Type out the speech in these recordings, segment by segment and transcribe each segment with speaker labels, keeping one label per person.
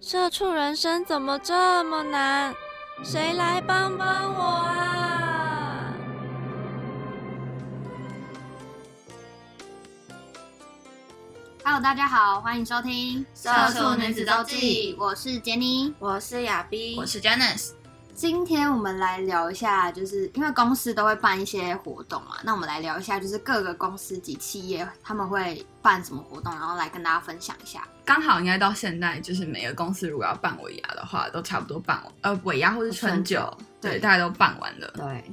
Speaker 1: 社畜人生怎么这么难？谁来帮帮我啊！
Speaker 2: Hello，大家好，欢迎收听《
Speaker 3: 社畜女子周记
Speaker 2: 我是杰尼。
Speaker 1: 我是亚斌
Speaker 3: 我是 Janice，
Speaker 2: 今天我们来聊一下，就是因为公司都会办一些活动嘛，那我们来聊一下，就是各个公司及企业他们会办什么活动，然后来跟大家分享一下。
Speaker 3: 刚好应该到现在，就是每个公司如果要办尾牙的话，都差不多办完，呃，尾牙或是春酒，
Speaker 4: 哦
Speaker 3: 对，
Speaker 2: 对
Speaker 3: 大家都办完了。
Speaker 4: 对，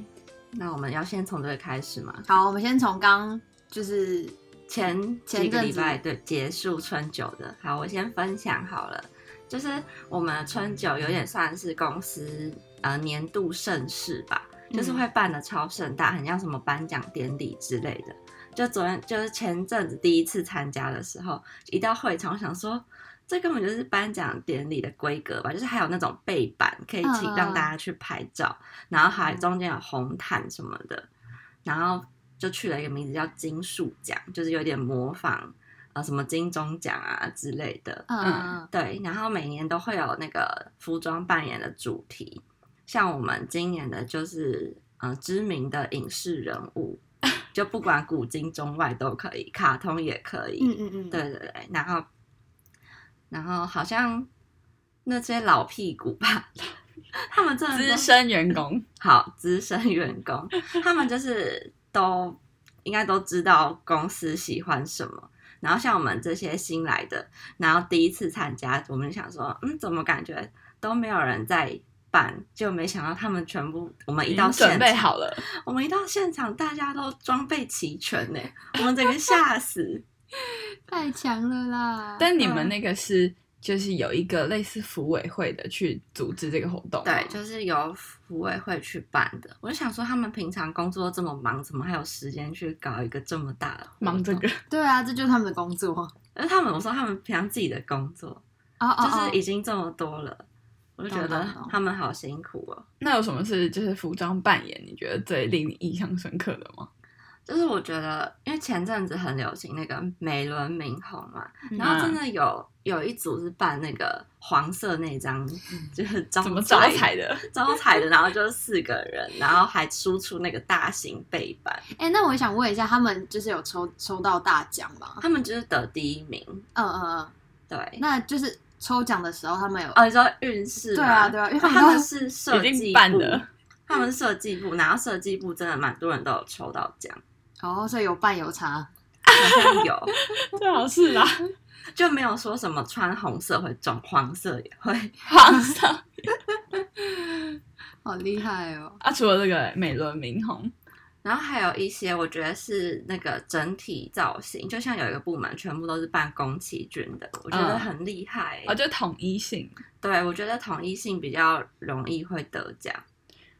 Speaker 4: 那我们要先从这个开始嘛。
Speaker 2: 好，我们先从刚就是
Speaker 4: 前
Speaker 2: 前
Speaker 4: 几个
Speaker 2: 阵
Speaker 4: 礼
Speaker 2: 子
Speaker 4: 拜对结束春酒的，好，我先分享好了。就是我们春酒有点算是公司呃年度盛事吧，就是
Speaker 2: 嗯
Speaker 4: 会办的超盛大，很像什么颁奖典礼之类的。就昨天就是前阵子第一次参加的时候，一到会场，我想说这根本就是颁奖典礼的规格吧，就是还有那种背板可以请
Speaker 2: 嗯
Speaker 4: 让大家去拍照，然后还中间有红毯什么的，然后就去了一个名字叫金树奖，就是有点模仿呃什么金钟奖啊之类的，
Speaker 2: 嗯
Speaker 4: 对，然后每年都会有那个服装扮演的主题，像我们今年的就是呃知名的影视人物，就不管古今中外都可以，卡通也可以，
Speaker 2: 嗯嗯嗯，
Speaker 4: 对对对，然后然后好像那些老屁股吧， 他们真的
Speaker 3: 资
Speaker 4: 都
Speaker 3: 深员工，
Speaker 4: 好资深员工，他们就是都应该都知道公司喜欢什么。然后像我们这些新来的，然后第一次参加，我们就想说，嗯，怎么感觉都没有人在办？就没想到他们全部，我们一
Speaker 3: 已
Speaker 4: 到
Speaker 3: 经准
Speaker 4: 现嗯
Speaker 3: 备
Speaker 4: 场，
Speaker 3: 好了，
Speaker 4: 我们一到现场，大家都装备齐全呢，我们整个吓 死。
Speaker 2: 太强了啦！
Speaker 3: 但你们那个是就是有一个类似服委会的去组织这个活动吗，
Speaker 4: 对，就是由服委会去办的。我就想说，他们平常工作这么忙，怎么还有时间去搞一个这么大的活
Speaker 3: 忙这
Speaker 4: 动
Speaker 3: 个，
Speaker 2: 对啊，这就是他们的工作。哦
Speaker 4: 而他们我说他们平常自己的工作，
Speaker 2: 哦哦，
Speaker 4: 就是已经这么多了，我就觉
Speaker 2: 懂
Speaker 4: 得
Speaker 2: 懂懂
Speaker 4: 他们好辛苦哦。
Speaker 3: 那有什么是就是服装扮演你觉得最令你印象深刻的吗？
Speaker 4: 就是我觉得，因为前阵子很流行那个美轮明宏嘛，
Speaker 2: 嗯
Speaker 4: 然
Speaker 3: 嗯
Speaker 4: 后真的有有一组是扮那个黄色那张，
Speaker 2: 嗯
Speaker 4: 就是招
Speaker 3: 怎么招
Speaker 4: 财
Speaker 3: 财的？
Speaker 4: 招财的，然后就是四个人，然后还输出那个大型背板，
Speaker 2: 哎、那我也想问一下，他们就是有抽抽到大奖吗？
Speaker 4: 他们就是得第一名，
Speaker 2: 嗯嗯嗯，
Speaker 4: 对。
Speaker 2: 那就是抽奖的时候他们有
Speaker 4: 哦，你说运势
Speaker 2: 对
Speaker 4: 吗
Speaker 2: 啊对啊因为他
Speaker 4: 他
Speaker 2: 们
Speaker 4: 们
Speaker 2: 都
Speaker 4: 是设
Speaker 3: 已
Speaker 4: 计
Speaker 3: 经办
Speaker 4: 部
Speaker 3: 了，
Speaker 4: 他们是设计部，然后设计部真的蛮多人都有抽到奖，
Speaker 2: 哦，所以有伴有茶。
Speaker 4: 好像有，
Speaker 3: 最好是啦，
Speaker 4: 就没有说什么穿红色会中，黄色也会。
Speaker 3: 皇上
Speaker 2: 好厉害哦！
Speaker 3: 啊，除了这个美轮明宏，
Speaker 4: 然后还有一些我觉得是那个整体造型，就像有一个部门全部都是办宫崎骏的，我觉得
Speaker 3: 嗯
Speaker 4: 很厉害欸、
Speaker 3: 啊，就统一性。
Speaker 4: 对，我觉得统一性比较容易会得奖。
Speaker 3: 嗯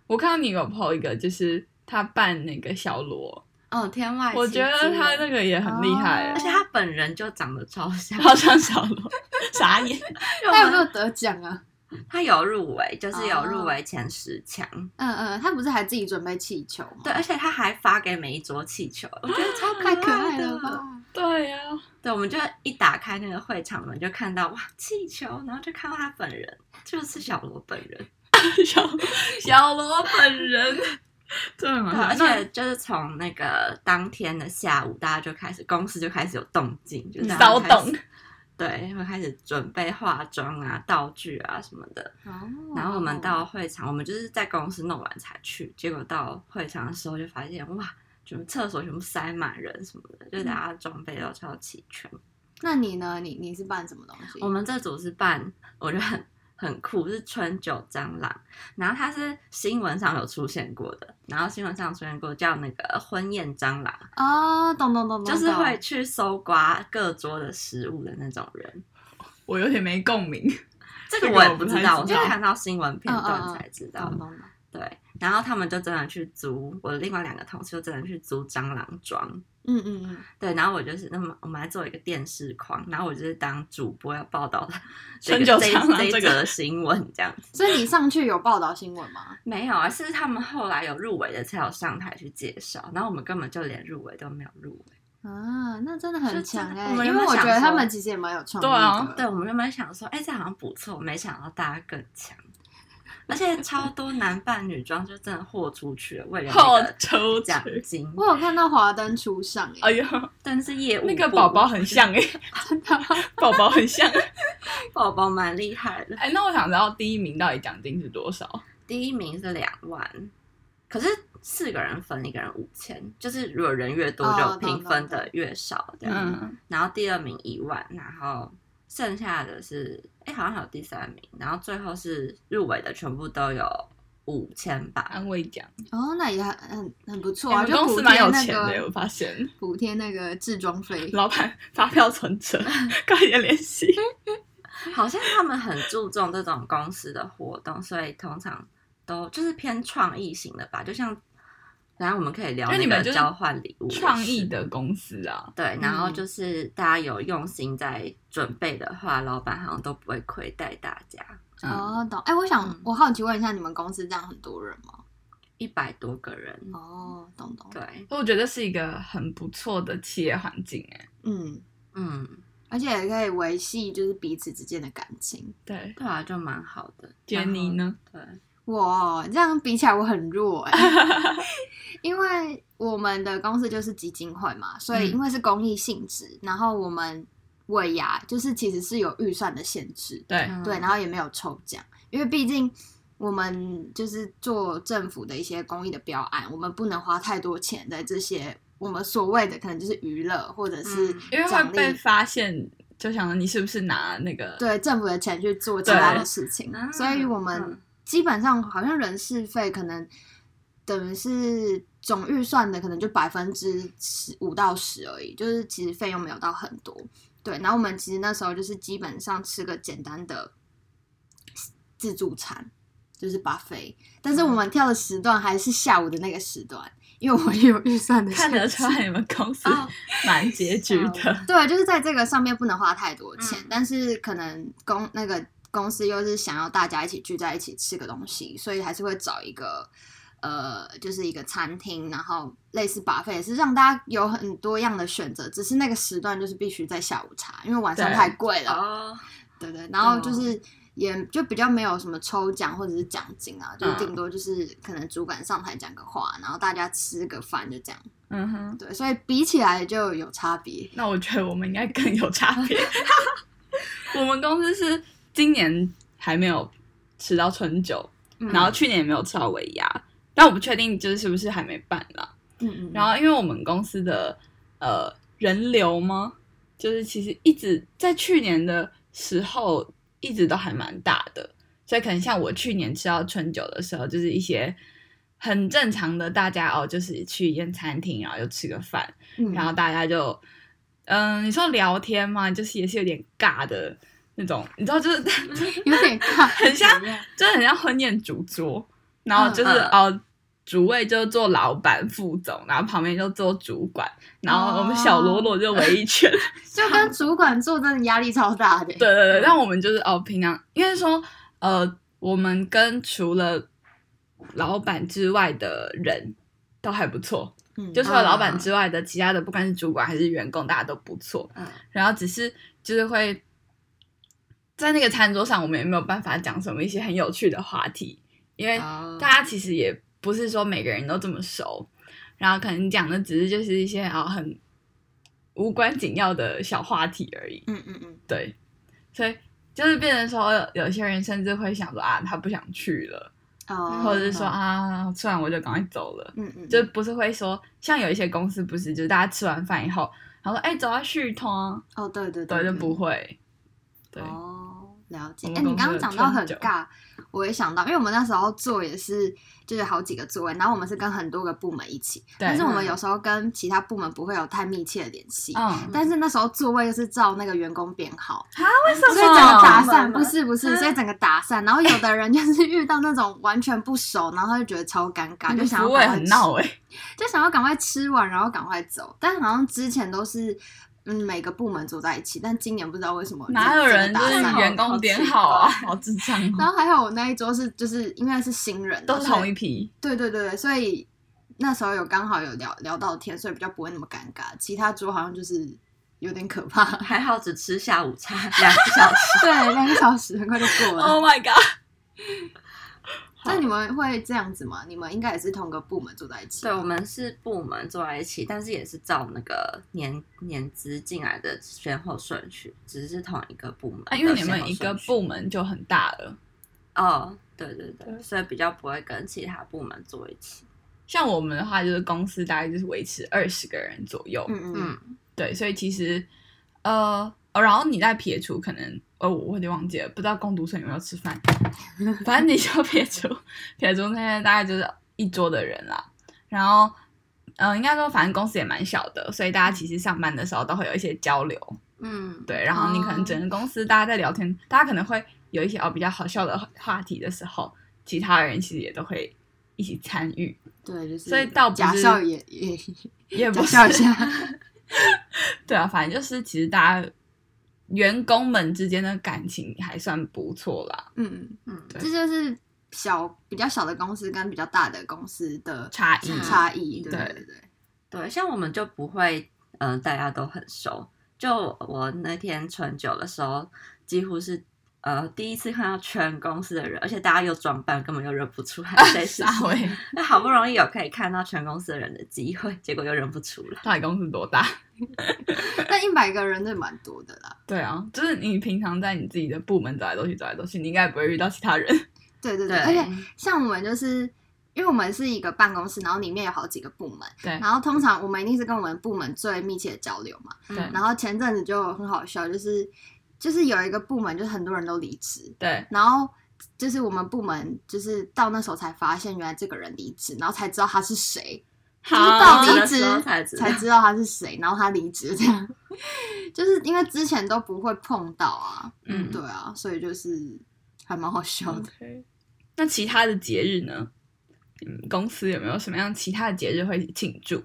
Speaker 3: 我看到你有 PO 一个，就是他扮那个小罗，
Speaker 4: 哦，天外
Speaker 3: 我觉得他那
Speaker 4: 个，
Speaker 3: 个也很厉害
Speaker 4: 而
Speaker 3: 欸，
Speaker 4: 且他本人就长得超 像，
Speaker 3: 好像小罗，哦傻眼。
Speaker 2: 他有没有得奖啊？
Speaker 4: 他有入围，就是有
Speaker 3: 哦
Speaker 4: 入围前十强。
Speaker 2: 嗯嗯，他不是还自己准备气球吗？
Speaker 4: 对，而且他还发给每一桌气球，我觉得超可
Speaker 2: 太可
Speaker 4: 爱
Speaker 2: 爱
Speaker 4: 的。
Speaker 2: 了吧！
Speaker 3: 对啊呀、
Speaker 4: 对，我们就一打开那个会场门，就看到哇气球，然后就看到他本人，就是小罗本人。
Speaker 3: 小小罗本人，对啊吗？
Speaker 4: 对，而
Speaker 3: 那
Speaker 4: 且就是从那个当天的下午，大家就开始公司就开始有动静，就是大家
Speaker 3: 骚
Speaker 4: 开始
Speaker 3: 动，
Speaker 4: 对，会开始准备化妆啊、道具啊什么的。
Speaker 2: 哦
Speaker 4: 然后我们到会场，我们就是在公司弄完才去，结果到会场的时候就发现哇。就厕所全部塞满人什么的，就大家装备都超齐全。
Speaker 2: 那你呢？你你是办什么东西？
Speaker 4: 我们这组是办，我觉得很很酷，是春酒蟑螂。然后它是新闻上有出现过的，然后新闻上出现过叫那个婚宴蟑螂，
Speaker 2: 哦，懂懂懂懂，
Speaker 4: 就是
Speaker 2: 懂
Speaker 4: 会去搜刮各桌的食物的那种人。
Speaker 3: 我有点没共鸣。
Speaker 4: 这
Speaker 3: 这
Speaker 4: 个
Speaker 3: 个
Speaker 4: 我也
Speaker 3: 我
Speaker 4: 不
Speaker 3: 不
Speaker 4: 知
Speaker 3: 太
Speaker 4: 道，我
Speaker 3: 知
Speaker 4: 就
Speaker 3: 道嗯
Speaker 4: 看到新闻片段才知道。
Speaker 2: 懂懂懂。
Speaker 4: 对，然后他们就真的去租，我的另外两个同事就真的去租蟑螂装。
Speaker 2: 嗯嗯嗯，
Speaker 4: 对，然后我就是那么，我们还做一个电视框，然后我就是当主播要报道的这
Speaker 3: 春
Speaker 4: 个
Speaker 3: 酒
Speaker 4: 这一
Speaker 3: 蟑螂
Speaker 4: 这一
Speaker 3: 这个
Speaker 4: 则新闻这样子。
Speaker 2: 所以你上去有报道新闻吗？
Speaker 4: 没有啊，是他们后来有入围的才有上台去介绍，然后我们根本就连入围都没有入围。
Speaker 2: 啊，那真的很强
Speaker 4: 是
Speaker 2: 哎、
Speaker 4: 真的我们
Speaker 2: 因
Speaker 4: 有没
Speaker 2: 为
Speaker 4: 有
Speaker 2: 我觉得
Speaker 4: 想说
Speaker 2: 他们其实也蛮有创意的。
Speaker 3: 对啊
Speaker 4: 对，我们原本想说，哎，这好像不错，没想到大家更强，而且超多男扮女装就真的豁出去了，为了
Speaker 3: 后
Speaker 4: 那
Speaker 3: 抽
Speaker 4: 个奖
Speaker 3: 奖。
Speaker 4: 金，
Speaker 2: 我有看到华灯初上哎、
Speaker 3: 哎呦，
Speaker 4: 但是业务
Speaker 3: 那个
Speaker 4: 部
Speaker 3: 宝宝很像哎、宝宝很像。
Speaker 4: 宝宝蛮厉害的，
Speaker 3: 哎、那我想知道第一名到底奖金是多少？
Speaker 4: 第一名是两万，可是四个人分，一个人五千，就是如果人越多
Speaker 2: 哦
Speaker 4: 就
Speaker 2: 懂
Speaker 4: 平分的越少这样。
Speaker 3: 嗯，
Speaker 4: 然后第二名一万，然后剩下的是，哎，好像还有第三名，然后最后是入围的全部都有五千吧。
Speaker 3: 安慰奖。
Speaker 2: 哦，那也很很很不错
Speaker 3: 哎我
Speaker 2: 啊，
Speaker 3: 们
Speaker 2: 就
Speaker 3: 公
Speaker 2: 补
Speaker 3: 司蛮有
Speaker 2: 贴
Speaker 3: 钱的、
Speaker 2: 那
Speaker 3: 我
Speaker 2: 个
Speaker 3: 发现。
Speaker 2: 补贴那个置装费。
Speaker 3: 老板发票存 折，快点联系。
Speaker 4: 好像他们很注重这种公司的活动，所以通常都就是偏创意型的吧，就像。然后我们可以聊
Speaker 3: 就你
Speaker 4: 那
Speaker 3: 们就
Speaker 4: 个
Speaker 3: 是
Speaker 4: 交换礼物的
Speaker 3: 创
Speaker 4: 事
Speaker 3: 意的公司啊，
Speaker 4: 对，然后
Speaker 2: 嗯
Speaker 4: 就是大家有用心在准备的话，老板好像都不会亏待大家。
Speaker 3: 嗯
Speaker 2: 哦，懂。哎、我想
Speaker 4: 嗯
Speaker 2: 我好奇问一下，你们公司这样很多人吗？
Speaker 4: 一百多个人，
Speaker 2: 哦，懂懂。，
Speaker 4: 对，
Speaker 3: 所以我觉得是一个很不错的企业环境哎、
Speaker 2: 嗯，
Speaker 4: 嗯，
Speaker 2: 而且也可以维系就是彼此之间的感情。
Speaker 3: 对，
Speaker 4: 对啊，就蛮好的。
Speaker 3: 杰尼呢？
Speaker 4: 然后？
Speaker 2: 哇，这样比起来我很弱哎、 因为我们的公司就是基金会嘛，所以
Speaker 3: 嗯
Speaker 2: 因为是公益性质，然后我们尾牙就是其实是有预算的限制，
Speaker 3: 对，
Speaker 4: 对，
Speaker 2: 对，然后也没有抽奖，因为毕竟我们就是做政府的一些公益的标案，我们不能花太多钱在这些我们所谓的可能就是娱乐或者是
Speaker 4: 嗯
Speaker 3: 因为
Speaker 2: 奖
Speaker 3: 会
Speaker 2: 励，
Speaker 3: 被发现，就想说你是不是拿那个
Speaker 2: 对政府的钱去做其他的
Speaker 3: 对
Speaker 2: 事情，
Speaker 4: 啊
Speaker 2: 所以我们
Speaker 4: 嗯
Speaker 2: 基本上好像人事费可能等于是总预算的可能就百分之十五到十而已，就是其实费用没有到很多。对，然后我们其实那时候就是基本上吃个简单的自助餐，就是 buffet，但是我
Speaker 3: 嗯
Speaker 2: 们跳的时段还是下午的那个时段，因为我们有预算的限
Speaker 3: 看
Speaker 2: 制，
Speaker 3: 得出来你们公司
Speaker 4: 哦
Speaker 3: 蛮拮据的，
Speaker 2: 对，就是在这个上面不能花太多钱，
Speaker 4: 嗯
Speaker 2: 但是可能公那个公司又是想要大家一起聚在一起吃个东西，所以还是会找一个呃，就是一个餐厅，然后类似 buffet，也是让大家有很多样的选择，只是那个时段就是必须在下午茶，因为晚上
Speaker 3: 对
Speaker 2: 太贵了。
Speaker 4: 哦，
Speaker 2: 对对，然后就是也就比较没有什么抽奖或者是奖金啊，就是顶多就是可能主管上台讲个话，然后大家吃个饭就这样。
Speaker 3: 嗯哼。
Speaker 2: 对，所以比起来就有差别。
Speaker 3: 那我觉得我们应该更有差别。我们公司是今年还没有吃到春酒，
Speaker 4: 嗯
Speaker 3: 然后去年也没有吃到尾牙，但我不确定就是是不是还没办啦。
Speaker 2: 嗯嗯，
Speaker 3: 然后因为我们公司的呃人流吗，就是其实一直在去年的时候一直都还蛮大的，所以可能像我去年吃到春酒的时候，就是一些很正常的大家哦，就是去一间餐厅，然后就吃个饭，
Speaker 2: 嗯
Speaker 3: 然后大家就嗯，你说聊天嘛，就是也是有点尬的那种，你知道，就是
Speaker 2: 有点尬，
Speaker 3: 很像
Speaker 2: 怎么样
Speaker 3: 就是很像婚宴主桌，然后就是、
Speaker 4: 嗯
Speaker 3: 哦，主位就做老板、副总，然后旁边就做主管，然后我们小喽啰就围一圈。
Speaker 2: 就跟主管做真的压力超大的。 欸
Speaker 3: 对对对，但我们就是哦，平常因为说呃，我们跟除了老板之外的人都还不错，
Speaker 2: 嗯，
Speaker 3: 就除了老板之
Speaker 2: 外，
Speaker 3: 外的其他的，不管是主管还是员工，大家都不错。
Speaker 4: 嗯
Speaker 3: 然后只是就是会在那个餐桌上，我们也没有办法讲什么一些很有趣的话题，因为
Speaker 4: 哦
Speaker 3: 大家其实也不是说每个人都这么熟，然后可能讲的只是就是一些啊很无关紧要的小话题而已。
Speaker 2: 嗯嗯嗯，
Speaker 3: 对，所以就是变成说有有些人甚至会想说啊他不想去了，
Speaker 2: 哦，
Speaker 3: 或者是说
Speaker 2: 懂，
Speaker 3: 啊吃完我就赶快走了。
Speaker 2: 嗯嗯，
Speaker 3: 就不是会说，像有一些公司不是，就是大家吃完饭以后，然后说，哎、走啊，续通啊，
Speaker 2: 哦，对对
Speaker 3: 对，就
Speaker 2: 对，
Speaker 3: 不会，对，
Speaker 2: 哦，了解。
Speaker 3: 我
Speaker 2: 哎、
Speaker 3: 们
Speaker 2: 你
Speaker 3: 公
Speaker 2: 刚刚
Speaker 3: 司的
Speaker 2: 讲到很
Speaker 3: 春酒
Speaker 2: 尬，我也想到，因为我们那时候做也是就是好几个座位，然后我们是跟很多个部门一起，
Speaker 3: 对
Speaker 2: 但是我们有时候跟其他部门不会有太密切的联系。
Speaker 3: 嗯，
Speaker 2: 但是那时候座位是照那个员工编号，
Speaker 3: 为什
Speaker 2: 所以整个打
Speaker 4: 部门
Speaker 2: 散
Speaker 4: 吗
Speaker 2: 不是不
Speaker 3: 嗯
Speaker 2: 是，
Speaker 4: 啊
Speaker 2: 所以整个打散。然后有的人就是遇到那种完全不熟，然后他就觉得超尴尬，就想要
Speaker 3: 服味
Speaker 2: 赶快
Speaker 3: 很
Speaker 2: 吃
Speaker 3: 闹哎、欸，
Speaker 2: 就想要赶快吃完，然后赶快走。但好像之前都是嗯每个部门走在一起，但今年不知道为什么
Speaker 3: 哪
Speaker 2: 就
Speaker 3: 有
Speaker 2: 整个
Speaker 3: 人就
Speaker 2: 打
Speaker 3: 是
Speaker 2: 散
Speaker 4: 好
Speaker 3: 员工编号啊？好智障
Speaker 2: 然
Speaker 3: 哦，
Speaker 2: 后还好我那一桌是就是因为是新人啊，
Speaker 3: 都是
Speaker 2: 所以
Speaker 3: 同一批。
Speaker 2: 对对对对，所以那时候有刚好有聊聊到天，所以比较不会那么尴尬。其他桌好像就是有点可怕，
Speaker 4: 还好只吃下午 茶两个小时。
Speaker 2: 对，两个小时很快就过 了。
Speaker 3: Oh my god！
Speaker 2: 那你们会这样子吗？你们应该也是同个部门坐在一起。
Speaker 4: 对，我们是部门坐在一起，但是也是照那个年年资进来的先后顺序，只是同一个部门的
Speaker 3: 啊，
Speaker 4: 先
Speaker 3: 因
Speaker 4: 后
Speaker 3: 为
Speaker 4: 顺
Speaker 3: 你
Speaker 4: 序、
Speaker 3: 们一个部门就很大了，
Speaker 4: 哦，对对对，
Speaker 3: 对
Speaker 4: 所以比较不会跟其他部门坐一起。
Speaker 3: 像我们的话，就是公司大概就是维持二十个人左右，
Speaker 2: 嗯嗯
Speaker 4: 嗯，
Speaker 3: 对，所以其实呃、哦然后你再撇除可能，呃、我我有点忘记了，不知道工读生有没有吃饭，反正你就撇除撇除那些大概就是一桌的人啦。然后，呃，应该说反正公司也蛮小的，所以大家其实上班的时候都会有一些交流，
Speaker 4: 嗯，
Speaker 3: 对。然后你可
Speaker 2: 哦
Speaker 3: 能整个公司大家在聊天，大家可能会有一些哦比较好笑的话题的时候，其他人其实也都会一起参与，
Speaker 2: 对，就是
Speaker 3: 所以倒不
Speaker 2: 假
Speaker 3: 是
Speaker 2: 笑也 也
Speaker 3: 也
Speaker 2: 假
Speaker 3: 不是
Speaker 2: 笑一下。
Speaker 3: 对啊，反正就是其实大家员工们之间的感情还算不错啦，
Speaker 2: 嗯，嗯
Speaker 4: 嗯，
Speaker 2: 这
Speaker 3: 对
Speaker 2: 就是小比较小的公司跟比较大的公司的
Speaker 3: 差异
Speaker 2: 差异，对
Speaker 3: 对
Speaker 2: 对对。
Speaker 4: 对，像我们就不会，嗯、大家都很熟。就我那天存酒的时候，几乎是呃第一次看到全公司的人，而且大家又装扮，根本又认不出来谁是
Speaker 3: 大
Speaker 4: 谁。
Speaker 3: 卫
Speaker 4: 那好不容易有可以看到全公司的人的机会，结果又认不出来。
Speaker 3: 到底公司多大？
Speaker 2: 那一百个人真的蛮多的啦，
Speaker 3: 对啊，就是你平常在你自己的部门走来走去，走来走去，你应该不会遇到其他人。
Speaker 2: 对对对，
Speaker 4: 对，
Speaker 2: 而且像我们就是。因为我们是一个办公室，然后里面有好几个部门，
Speaker 3: 对
Speaker 2: 然后通常我们一定是跟我们部门最密切的交流嘛。
Speaker 4: 嗯
Speaker 3: 对
Speaker 2: 然后前阵子就很好笑，就是就是有一个部门，就是很多人都离职，
Speaker 3: 对，
Speaker 2: 然后就是我们部门就是到那时候才发现，原来这个人离职，然后才知道他是谁，
Speaker 3: 好
Speaker 2: 就是到
Speaker 4: 离
Speaker 2: 离
Speaker 4: 哦职的时候
Speaker 2: 职
Speaker 4: 才知道
Speaker 2: 才知道他是谁，然后他离职这样， 就是因为之前都不会碰到啊，
Speaker 3: 嗯
Speaker 2: 对啊，所以就是还蛮好笑
Speaker 4: 嗯
Speaker 2: 的。
Speaker 3: OK。那其他的节日呢？嗯，公司有没有什么样其他的节日会庆祝？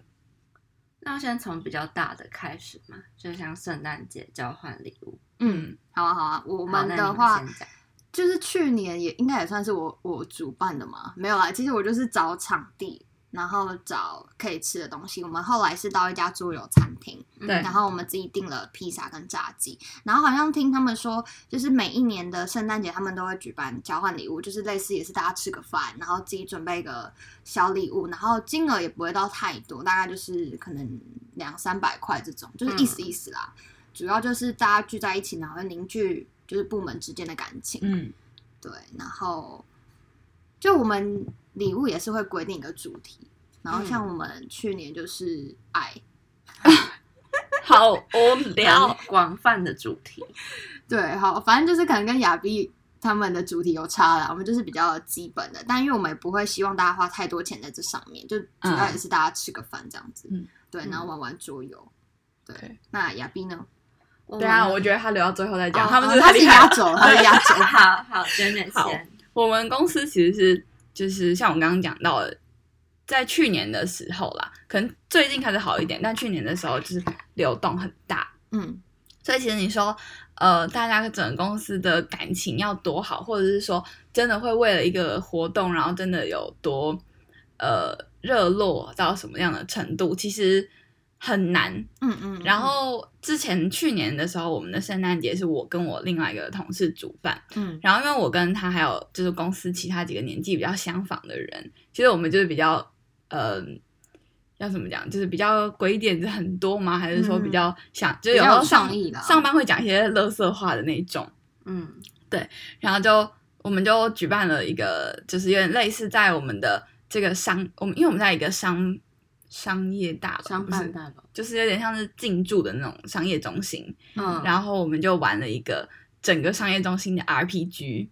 Speaker 4: 那要先从比较大的开始嘛，就像圣诞节交换礼物。
Speaker 2: 嗯， 好啊好啊，我
Speaker 4: 我
Speaker 2: 们的话
Speaker 4: 先。讲
Speaker 2: 就是去年也应该也算是我我主办的嘛，没有啦，其实我就是找场地，然后找可以吃的东西。我们后来是到一家桌游餐厅，
Speaker 4: 嗯
Speaker 3: 对
Speaker 2: 然后我们自己订了披萨跟炸鸡，然后好像听他们说，就是每一年的圣诞节他们都会举办交换礼物，就是类似也是大家吃个饭，然后自己准备个小礼物，然后金额也不会到太多，大概就是可能两三百块这种，就是意思意思啦。主要就是大家聚在一起，然后凝聚就是部门之间的感情。
Speaker 3: 嗯，
Speaker 2: 对，然后就我们礼物也是会规定一个主题，然后像我们去年就是爱，
Speaker 3: 好无聊
Speaker 4: 很。广泛的主 题，
Speaker 2: 对，好，反正就是可能跟亚比他们的主题有差啦，我们就是比较基本的，但因为我们也不会希望大家花太多钱在这上面，就主要也是大家吃个饭这样子，
Speaker 3: 嗯
Speaker 2: 对，然后玩玩桌游，对，
Speaker 3: OK
Speaker 2: 那亚比呢？
Speaker 4: 我
Speaker 3: 对啊，
Speaker 4: 们，
Speaker 3: 我觉得他留到最后再讲，
Speaker 2: 哦
Speaker 3: 他们
Speaker 2: 哦
Speaker 3: 真的
Speaker 2: 他
Speaker 3: 太
Speaker 2: 是
Speaker 3: 厉害啊了
Speaker 2: 压 轴，他是压轴
Speaker 4: 好好，真的
Speaker 3: 好
Speaker 4: 先。
Speaker 3: 我们公司其实是就是像我刚刚讲到的，在去年的时候啦，可能最近开始好一点，但去年的时候就是流动很大，
Speaker 2: 嗯
Speaker 3: 所以其实你说呃，大家整个公司的感情要多好，或者是说真的会为了一个活动，然后真的有多呃热络到什么样的程度，其实很难。
Speaker 2: 嗯嗯，
Speaker 3: 然后之前去年的时候，我们的圣诞节是我跟我另外一个同事煮饭。
Speaker 2: 嗯
Speaker 3: 然后因为我跟他还有就是公司其他几个年纪比较相仿的人，其实我们就是比较，呃，要怎么讲，就是比较鬼点子很多吗？还是说比较想，就是有
Speaker 2: 比
Speaker 3: 时
Speaker 2: 较
Speaker 3: 候
Speaker 2: 有
Speaker 3: 上
Speaker 2: 创意啦
Speaker 3: 上班会讲一些乐色话的那一种，
Speaker 4: 嗯，
Speaker 3: 然后就我们就举办了一个，就是有点类似在我们的这个商，我们因为我们在一个商商业大楼，
Speaker 4: 商
Speaker 3: 不是
Speaker 4: 办大楼，
Speaker 3: 就是有点像是进驻的那种商业中心，
Speaker 4: 嗯，
Speaker 3: 然后我们就玩了一个整个商业中心的 RPG。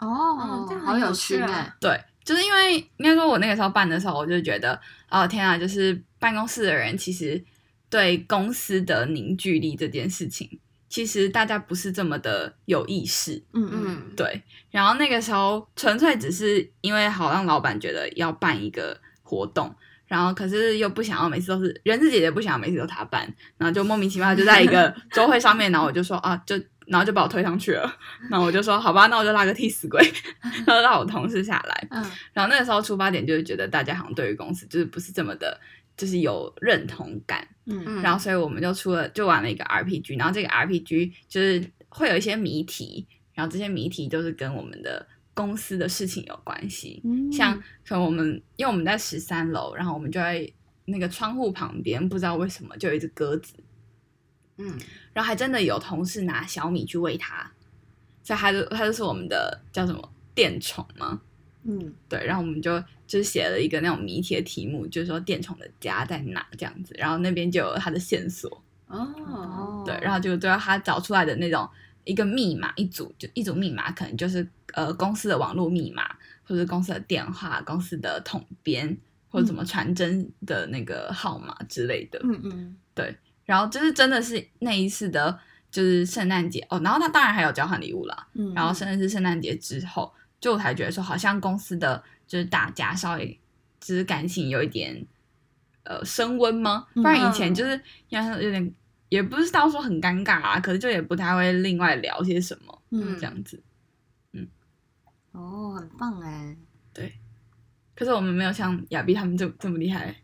Speaker 2: 哦
Speaker 3: 嗯
Speaker 4: 这，样
Speaker 2: 好
Speaker 4: 很
Speaker 2: 有
Speaker 4: 有
Speaker 2: 趣
Speaker 4: 趣啊
Speaker 2: 哎，
Speaker 3: 对，就是因为应该说，我那个时候办的时候，我就觉得，哦天啊，就是办公室的人其实对公司的凝聚力这件事情，其实大家不是这么的有意识。
Speaker 2: 嗯嗯，
Speaker 4: 嗯，
Speaker 3: 对，然后那个时候纯粹只是因为好让老板觉得要办一个活动，然后可是又不想要每次都是人事姐姐不想要每次都她办，然后就莫名其妙就在一个周会上面，然后我就说啊，就然后就把我推上去了， 然后我就说好吧，那我就拉个替死鬼， 然后让我同事下来。
Speaker 2: 嗯
Speaker 3: 然后那个时候出发点就是觉得大家好像对于公司就是不是这么的，就是有认同感，
Speaker 2: 嗯
Speaker 4: 嗯
Speaker 3: 然后所以我们就出了就玩了一个 RPG，然后这个 RPG 就是会有一些谜题，然后这些谜题都是跟我们的公司的事情有关系，
Speaker 2: 嗯
Speaker 3: 像可能我们因为我们在十三楼，然后我们就在那个窗户旁边，不知道为什么就有一只鸽子，
Speaker 4: 嗯，
Speaker 3: 然后还真的有同事拿小米去喂它，所以它就它就是我们的叫什么电宠吗？
Speaker 2: 嗯
Speaker 3: 对，然后我们就就是写了一个那种谜题的题目，就是说电宠的家在哪这样子，然后那边就有他的线索，
Speaker 4: 哦，
Speaker 2: 哦，
Speaker 3: 嗯对，然后就最后他找出来的那种一个密码一组，就一组密码可能就是呃公司的网络密码，或者是公司的电话、公司的统编或者什么传真的那个号码之类的，
Speaker 2: 嗯嗯
Speaker 3: 然后就是真的是那一次的，就是圣诞节哦，然后他当然还有交换礼物啦，
Speaker 2: 嗯，
Speaker 3: 然后甚至是圣诞节之后，就我才觉得说，好像公司的就是大家稍微就是感情有一点呃升温吗？不然以
Speaker 2: 嗯
Speaker 3: 前就是要是有点也不是到说很尴尬啊，可是就也不太会另外聊些什么
Speaker 2: 嗯
Speaker 3: 这样子。
Speaker 2: 哦，很棒 哎，
Speaker 3: 可是我们没有像亚碧他们这这么厉害，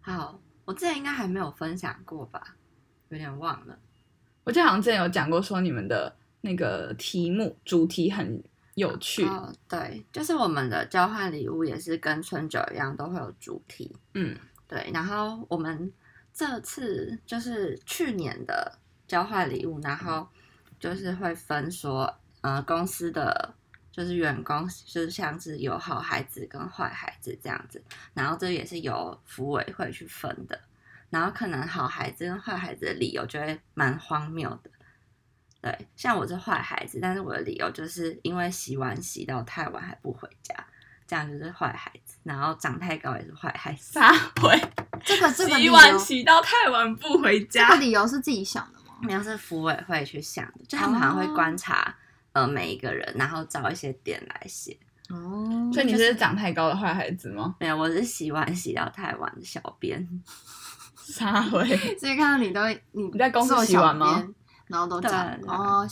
Speaker 4: 好，我之前应该还没有分享过吧，有点忘了。
Speaker 3: 我记得好像之前有讲过说你们的那个题目主题很有趣，
Speaker 4: 哦，对，就是我们的交换礼物也是跟春酒一样，都会有主题。
Speaker 3: 嗯，
Speaker 4: 对，然后我们这次就是去年的交换礼物，然后就是会分说，呃，公司的就是员工就是像是有好孩子跟坏孩子这样子，然后这也是由服委会去分的，然后可能好孩子跟坏孩子的理由就会蛮荒谬的。对，像我是坏孩子，但是我的理由就是因为洗碗洗到太晚还不回家，这样就是坏孩子。然后长太高也是坏孩子，
Speaker 3: 撒回
Speaker 2: 这个 这个理
Speaker 3: 洗
Speaker 2: 由，
Speaker 3: 碗洗到太晚不回
Speaker 2: 这
Speaker 3: 家
Speaker 2: 个，理由是自己想的吗？
Speaker 4: 那样是服委会去想的，就他们好像会观察、呃每一个人，然后找一些点来写。
Speaker 2: 哦，
Speaker 3: 所以你是长太高的坏孩子吗？
Speaker 4: 没有，我是洗碗洗到太晚的小编，
Speaker 3: 撒回。
Speaker 2: 所以看到你都你
Speaker 3: 你在公司
Speaker 2: 做
Speaker 3: 洗碗吗
Speaker 2: 小编？然后都这样
Speaker 4: 对对
Speaker 2: 哦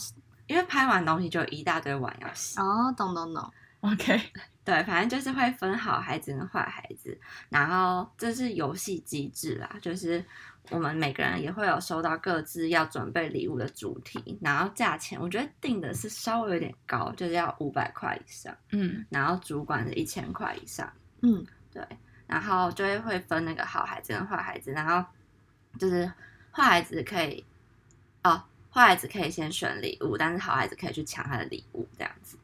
Speaker 4: 因为拍完东西就有一大堆碗要洗。
Speaker 2: 哦，懂懂懂，
Speaker 3: OK，
Speaker 4: 对，反正就是会分好孩子跟坏孩子，然后这是游戏机制啦，就是我们每个人也会有收到各自要准备礼物的主题，然后价钱我觉得定的是稍微有点高，就是要五百块以上，
Speaker 3: 嗯，
Speaker 4: 然后主管是一千块以上，
Speaker 2: 嗯，
Speaker 4: 对，然后就会会分那个好孩子跟坏孩子，然后就是坏孩子可以哦，坏孩子可以先选礼物，但是好孩子可以去抢他的礼物，这样子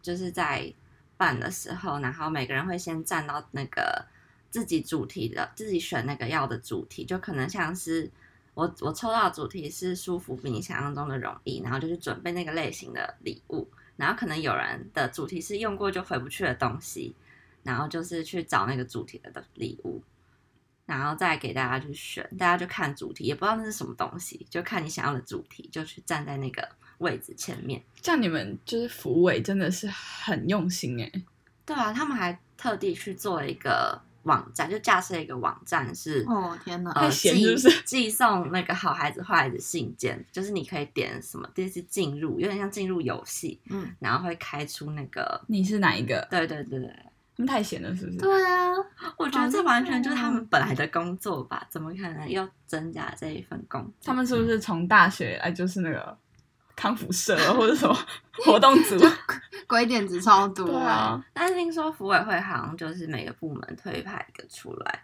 Speaker 4: 就是在办的时候，然后每个人会先站到那个自己主题的，自己选那个要的主题，就可能像是。我我抽到的主题是舒服比你想象中的容易，然后就去准备那个类型的礼物，然后可能有人的主题是用过就回不去的东西，然后就是去找那个主题的礼物，然后再给大家去选，大家就看主题，也不知道那是什么东西，就看你想要的主题，就去站在那个位置前面。
Speaker 3: 像你们就是服委真的是很用心哎、
Speaker 4: 对啊，他们还特地去做了一个网站，就架设一个网站是。
Speaker 2: 哦天哪，
Speaker 4: 呃，
Speaker 3: 太闲
Speaker 4: 寄
Speaker 3: 是不是
Speaker 4: 寄送那个好孩子、坏孩子信件，就是你可以点什么，就是进入，有点像进入游戏，
Speaker 2: 嗯，
Speaker 4: 然后会开出那个，
Speaker 3: 你是哪一个？
Speaker 4: 对对对对，
Speaker 3: 他们太闲了是不是？
Speaker 2: 对啊，
Speaker 4: 我觉得这完全就是他们本来的工作吧，怎么可能要增加这一份工作？
Speaker 3: 他们是不是从大学来就是那个康复社或者什么活动 组？啊
Speaker 2: 鬼点子超多，
Speaker 3: 对
Speaker 2: 哎
Speaker 3: 啊，
Speaker 4: 但是听说服委会好像就是每个部门推派一个出来，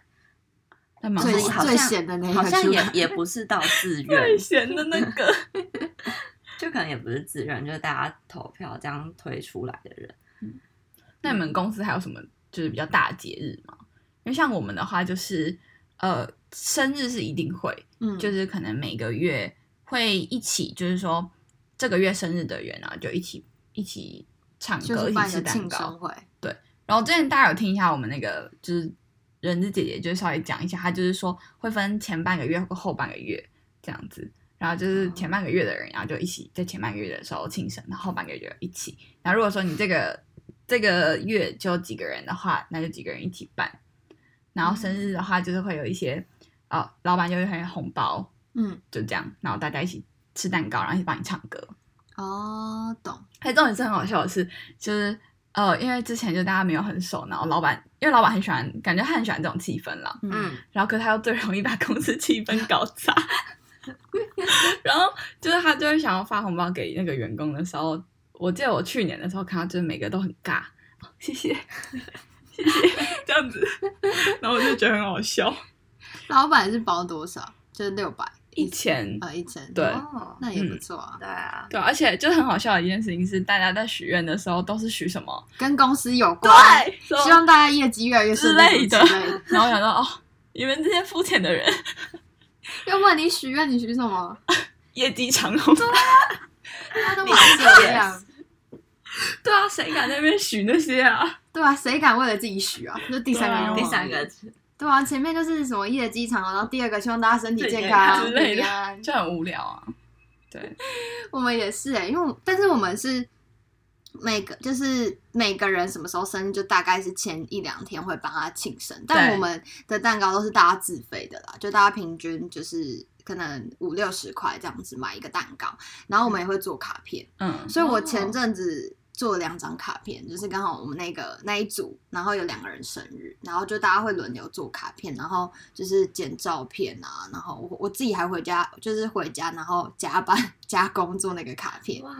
Speaker 3: 还蛮
Speaker 2: 最
Speaker 4: 所以好像
Speaker 3: 好
Speaker 2: 最闲的那一个
Speaker 4: 好像也
Speaker 2: 出来
Speaker 4: 也不是到自
Speaker 3: 最
Speaker 4: 愿，
Speaker 3: 闲的那个。
Speaker 4: 就可能也不是自愿，就是大家投票这样推出来的人。
Speaker 3: 那你们公司还有什么就是比较大的节日吗？因为像我们的话就是呃生日是一定会，
Speaker 2: 嗯，
Speaker 3: 就是可能每个月会一起，就是说这个月生日的人啊，就一起一起唱
Speaker 2: 就
Speaker 3: 歌，
Speaker 2: 是
Speaker 3: 一
Speaker 2: 办
Speaker 3: 起
Speaker 2: 一
Speaker 3: 吃
Speaker 2: 个
Speaker 3: 蛋
Speaker 2: 庆
Speaker 3: 糕
Speaker 2: 生。会，
Speaker 3: 然后之前大家有听一下我们那个就是人之姐姐，就稍微讲一下，她就是说会分前半个月和后半个月这样子，然后就是前半个月的人，然后就一起在前半个月的时候庆生，然后后半个月就一起。然后如果说你这个这个月就有几个人的话，那就几个人一起办。然后生日的话，就是会有一些哦，老板就会很红包，
Speaker 2: 嗯，
Speaker 3: 就这样，然后大家一起吃蛋糕，然后一起帮你唱歌。
Speaker 2: 哦，懂，
Speaker 3: 还哎重点是很好笑的是，就是呃，因为之前就大家没有很熟，然后老板因为老板很喜欢，感觉他很喜欢这种气氛啦。
Speaker 2: 嗯
Speaker 4: 嗯，
Speaker 3: 然后可他又最容易把公司气氛搞 砸，然后就是他就会想要发红包给那个员工的时候，我记得我去年的时候看到，就是每个都很尬，谢谢，谢谢这样子，然后我就觉得很好笑，
Speaker 2: 老板是包多少？就是六百
Speaker 3: 一千。
Speaker 2: 啊， 一千，
Speaker 3: 对
Speaker 4: 哦，
Speaker 2: 那也不
Speaker 3: 嗯
Speaker 2: 错啊，
Speaker 4: 对啊，
Speaker 3: 对，而且就是很好笑的一件事情是，大家在许愿的时候都是许什么？
Speaker 2: 跟公司有关，
Speaker 3: 对，
Speaker 2: 希望大家业绩越来越
Speaker 3: 之
Speaker 2: 顺利
Speaker 3: 类的
Speaker 2: 什么之类的。。
Speaker 3: 然后我想说，哦，你们这些肤浅的人，
Speaker 2: 要问你许愿，你许什么？
Speaker 3: 业绩长虹。啊
Speaker 2: 大家都晚这样，
Speaker 3: 对啊，谁敢在那边许那些啊？
Speaker 2: 对啊，谁敢为了自己许啊？就是第三个
Speaker 3: 对啊
Speaker 2: 愿望，
Speaker 4: 第三个
Speaker 2: 对啊，前面就是什么业绩长，啊然后第二个希望大家身体健康啊
Speaker 3: 之类的
Speaker 2: 平安
Speaker 3: 就很无聊啊。对，
Speaker 2: 我们也是哎、因为我但是我们是每个就是每个人什么时候生日，就大概是前一两天会帮他庆生，但
Speaker 3: 对
Speaker 2: 我们的蛋糕都是大家自费的啦，就大家平均就是可能五六十块这样子买一个蛋糕，然后我们也会做卡片，
Speaker 3: 嗯，
Speaker 2: 所以我前阵子做了两张卡片，就是刚好我们那个那一组，然后有两个人生日，然后就大家会轮流做卡片，然后就是剪照片啊，然后我我自己还回家，就是回家然后加班 加工做那个卡片，
Speaker 4: 哇，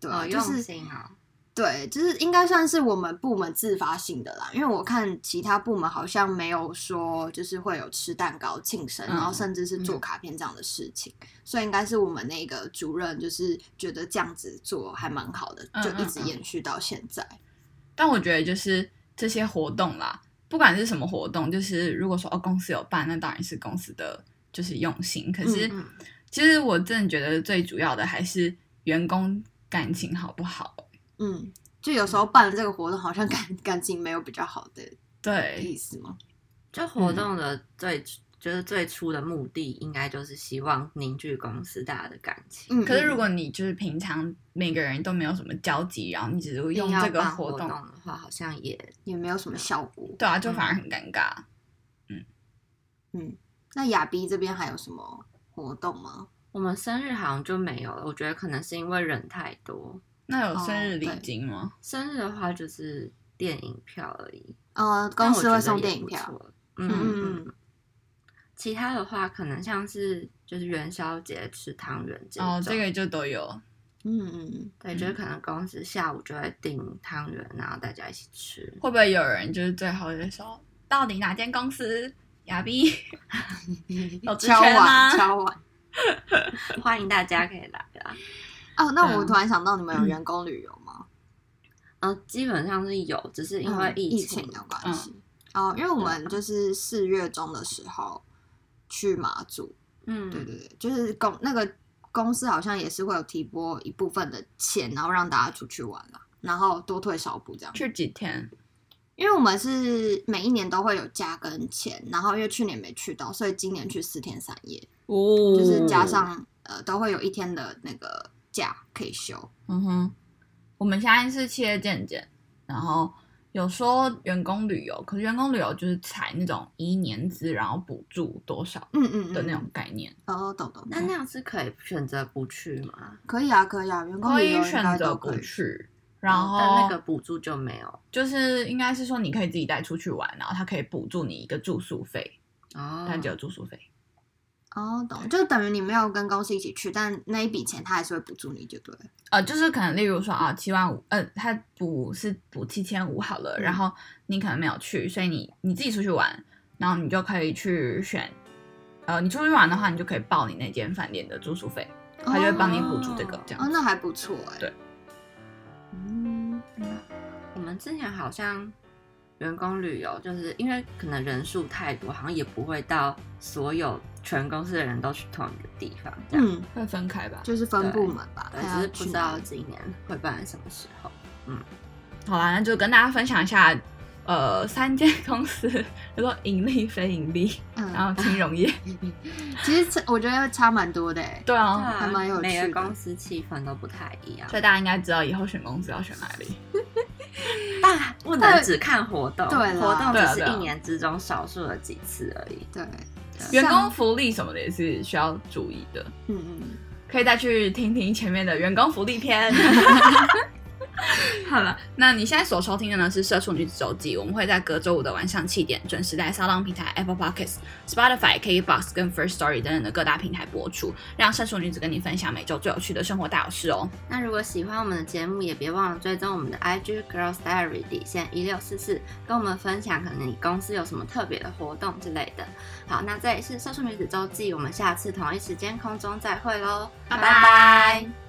Speaker 2: 对啊，
Speaker 4: 好
Speaker 2: 就
Speaker 4: 用
Speaker 2: 是
Speaker 4: 心哦，
Speaker 2: 对，就是应该算是我们部门自发性的啦，因为我看其他部门好像没有说就是会有吃蛋糕庆生，
Speaker 3: 嗯
Speaker 2: 然后甚至是做
Speaker 3: 嗯
Speaker 2: 卡片这样的事情，所以应该是我们那个主任就是觉得这样子做还蛮好的，
Speaker 3: 嗯
Speaker 2: 就一
Speaker 3: 嗯
Speaker 2: 直
Speaker 3: 嗯
Speaker 2: 延续到现在。
Speaker 3: 但我觉得就是这些活动啦，不管是什么活动，就是如果说哦公司有办，那当然是公司的就是用心。可是、
Speaker 2: 嗯
Speaker 3: 其实我真的觉得最主要的还是员工感情好不好。
Speaker 2: 嗯，就有时候办了这个活动，好像 感感情没有比较好的意
Speaker 3: 对，
Speaker 2: 思吗？
Speaker 4: 就活动的最、就是最初的目的，应该就是希望凝聚公司大家的感情。
Speaker 2: 嗯，
Speaker 3: 可是如
Speaker 2: 嗯
Speaker 3: 果你就是平常每个人都没有什么交集，然后你只是用
Speaker 2: 硬要
Speaker 3: 这个
Speaker 4: 办活
Speaker 3: 活动，
Speaker 4: 的话，好像也
Speaker 2: 也没有什么效果。
Speaker 3: 对啊，就反而很尴尬。
Speaker 2: 那亚逼这边还有什么活动吗？
Speaker 4: 我们生日好像就没有了。我觉得可能是因为人太多，
Speaker 3: 那有生
Speaker 2: 哦
Speaker 3: 日礼
Speaker 2: 对
Speaker 3: 金吗？
Speaker 4: 生日的话就是电影票而已，
Speaker 2: 呃，
Speaker 4: 但我
Speaker 2: 公司
Speaker 4: 觉
Speaker 2: 会
Speaker 4: 得
Speaker 2: 送
Speaker 4: 也
Speaker 2: 电影
Speaker 4: 不
Speaker 2: 票。
Speaker 4: 错。嗯
Speaker 2: 嗯
Speaker 4: 嗯嗯。其他的话，可能像是就是元宵节吃汤圆这
Speaker 3: 哦，
Speaker 4: 种
Speaker 3: 这个就都有。
Speaker 2: 嗯嗯嗯。
Speaker 4: 对，就是可能公司下午就会订汤圆，然后大家一起吃。
Speaker 3: 会不会有人就是最后就说，到底哪间公司亚逼有职
Speaker 2: 敲
Speaker 3: 权吗
Speaker 2: 碗，？敲碗。
Speaker 4: 欢迎大家可以来啦。
Speaker 2: 哦，那
Speaker 3: 对
Speaker 2: 我
Speaker 3: 啊
Speaker 2: 突然想到，你们有员工旅游吗？
Speaker 4: 呃，基本上是有，只是因为
Speaker 2: 嗯
Speaker 4: 疫
Speaker 2: 疫
Speaker 4: 情，
Speaker 2: 的关系。哦，因为我们就是四月中的时候去马祖，
Speaker 4: 嗯，
Speaker 2: 对对对，就是公那个公司好像也是会有提拨一部分的钱，然后让大家出去玩啦，然后多退少补 这样。
Speaker 3: 去几天？
Speaker 2: 因为我们是每一年都会有加跟钱，然后因为去年没去到，所以今年去四天三夜，
Speaker 3: 哦
Speaker 2: 就是加，上呃都会有一天的那个假可以休。
Speaker 3: 嗯哼。我们现在是企业健检，然后有说员工旅游，可是员工旅游就是采那种一年资，然后补助多少
Speaker 2: 嗯嗯嗯，
Speaker 3: 的那种概念。
Speaker 2: 哦，懂懂。
Speaker 4: 那那样是可以选择不去吗？
Speaker 2: 可以啊，可以啊，员工
Speaker 3: 可
Speaker 2: 旅游
Speaker 3: 以
Speaker 2: 应该
Speaker 3: 选择
Speaker 2: 都
Speaker 3: 不
Speaker 2: 可以。哦
Speaker 3: 去，然后
Speaker 4: 但那个补助就没有
Speaker 3: 就是应该是说你可以自己带出去玩，然后他可以补助你一个住宿费，
Speaker 2: 嗯
Speaker 4: 哦。
Speaker 3: 但只有住宿费。
Speaker 2: 哦，懂，就等于你没有跟公司一起去，但那一笔钱他还是会补助你，就对了。
Speaker 3: 呃，就是可能例如说啊，七万五，呃，他补是补七千五好了，然
Speaker 2: 嗯
Speaker 3: 后你可能没有去，所以你你自己出去玩，然后你就可以去选，呃，你出去玩的话，你就可以报你那间饭店的住宿费，他就会帮你补助这个这
Speaker 2: 哦，
Speaker 3: 样子。
Speaker 2: 那还不错哎、
Speaker 3: 对。
Speaker 2: 嗯，
Speaker 4: 我们之前好像员工旅游，就是因为可能人数太多，好像也不会到所有全公司的人都去同一个地方这样。
Speaker 2: 嗯，
Speaker 3: 会分开吧？
Speaker 2: 就是分部门吧，
Speaker 4: 对，只
Speaker 2: 还要
Speaker 4: 是不
Speaker 2: 去
Speaker 4: 知
Speaker 2: 哪
Speaker 4: 道
Speaker 2: 里
Speaker 4: 今年会办在什么时候。
Speaker 3: 好啦，那就跟大家分享一下，呃，三间公司，叫做盈利、非盈利，然
Speaker 2: 嗯，
Speaker 3: 后金融业。
Speaker 2: 其实差我觉得差蛮多的欸，
Speaker 3: 对
Speaker 4: 对
Speaker 3: 啊，
Speaker 4: 啊
Speaker 2: 还蛮有
Speaker 4: 每
Speaker 2: 趣
Speaker 4: 个
Speaker 2: 的
Speaker 4: 公司气氛都不太一样，
Speaker 3: 所以大家应该知道以后选公司要选哪里。
Speaker 4: 但不能只看活动，
Speaker 2: 对啦
Speaker 4: 活动
Speaker 3: 对
Speaker 4: 只
Speaker 3: 啊
Speaker 4: 是
Speaker 3: 对啊
Speaker 4: 一年之中少数的几次而已。
Speaker 2: 对，
Speaker 3: 员工
Speaker 2: 像
Speaker 3: 福利什么的也是需要注意的，
Speaker 2: 嗯嗯，
Speaker 3: 可以再去听听前面的员工福利篇。好了，那你现在所收听的呢是《社畜女子周记》，我们会在隔周五的晚上七点准时在骚浪平台、Apple Podcasts、Spotify、KKBox 跟 First Story 等等的各大平台播出，让社畜女子跟你分享每周最有趣的生活大小事哦。
Speaker 4: 那如果喜欢我们的节目，也别忘了追踪我们的 IG Girls Diary 底线一六四四，跟我们分享可能你公司有什么特别的活动之类的。好，那这里是《社畜女子周记》，我们下次同一时间空中再会喽，
Speaker 3: 拜
Speaker 4: 拜拜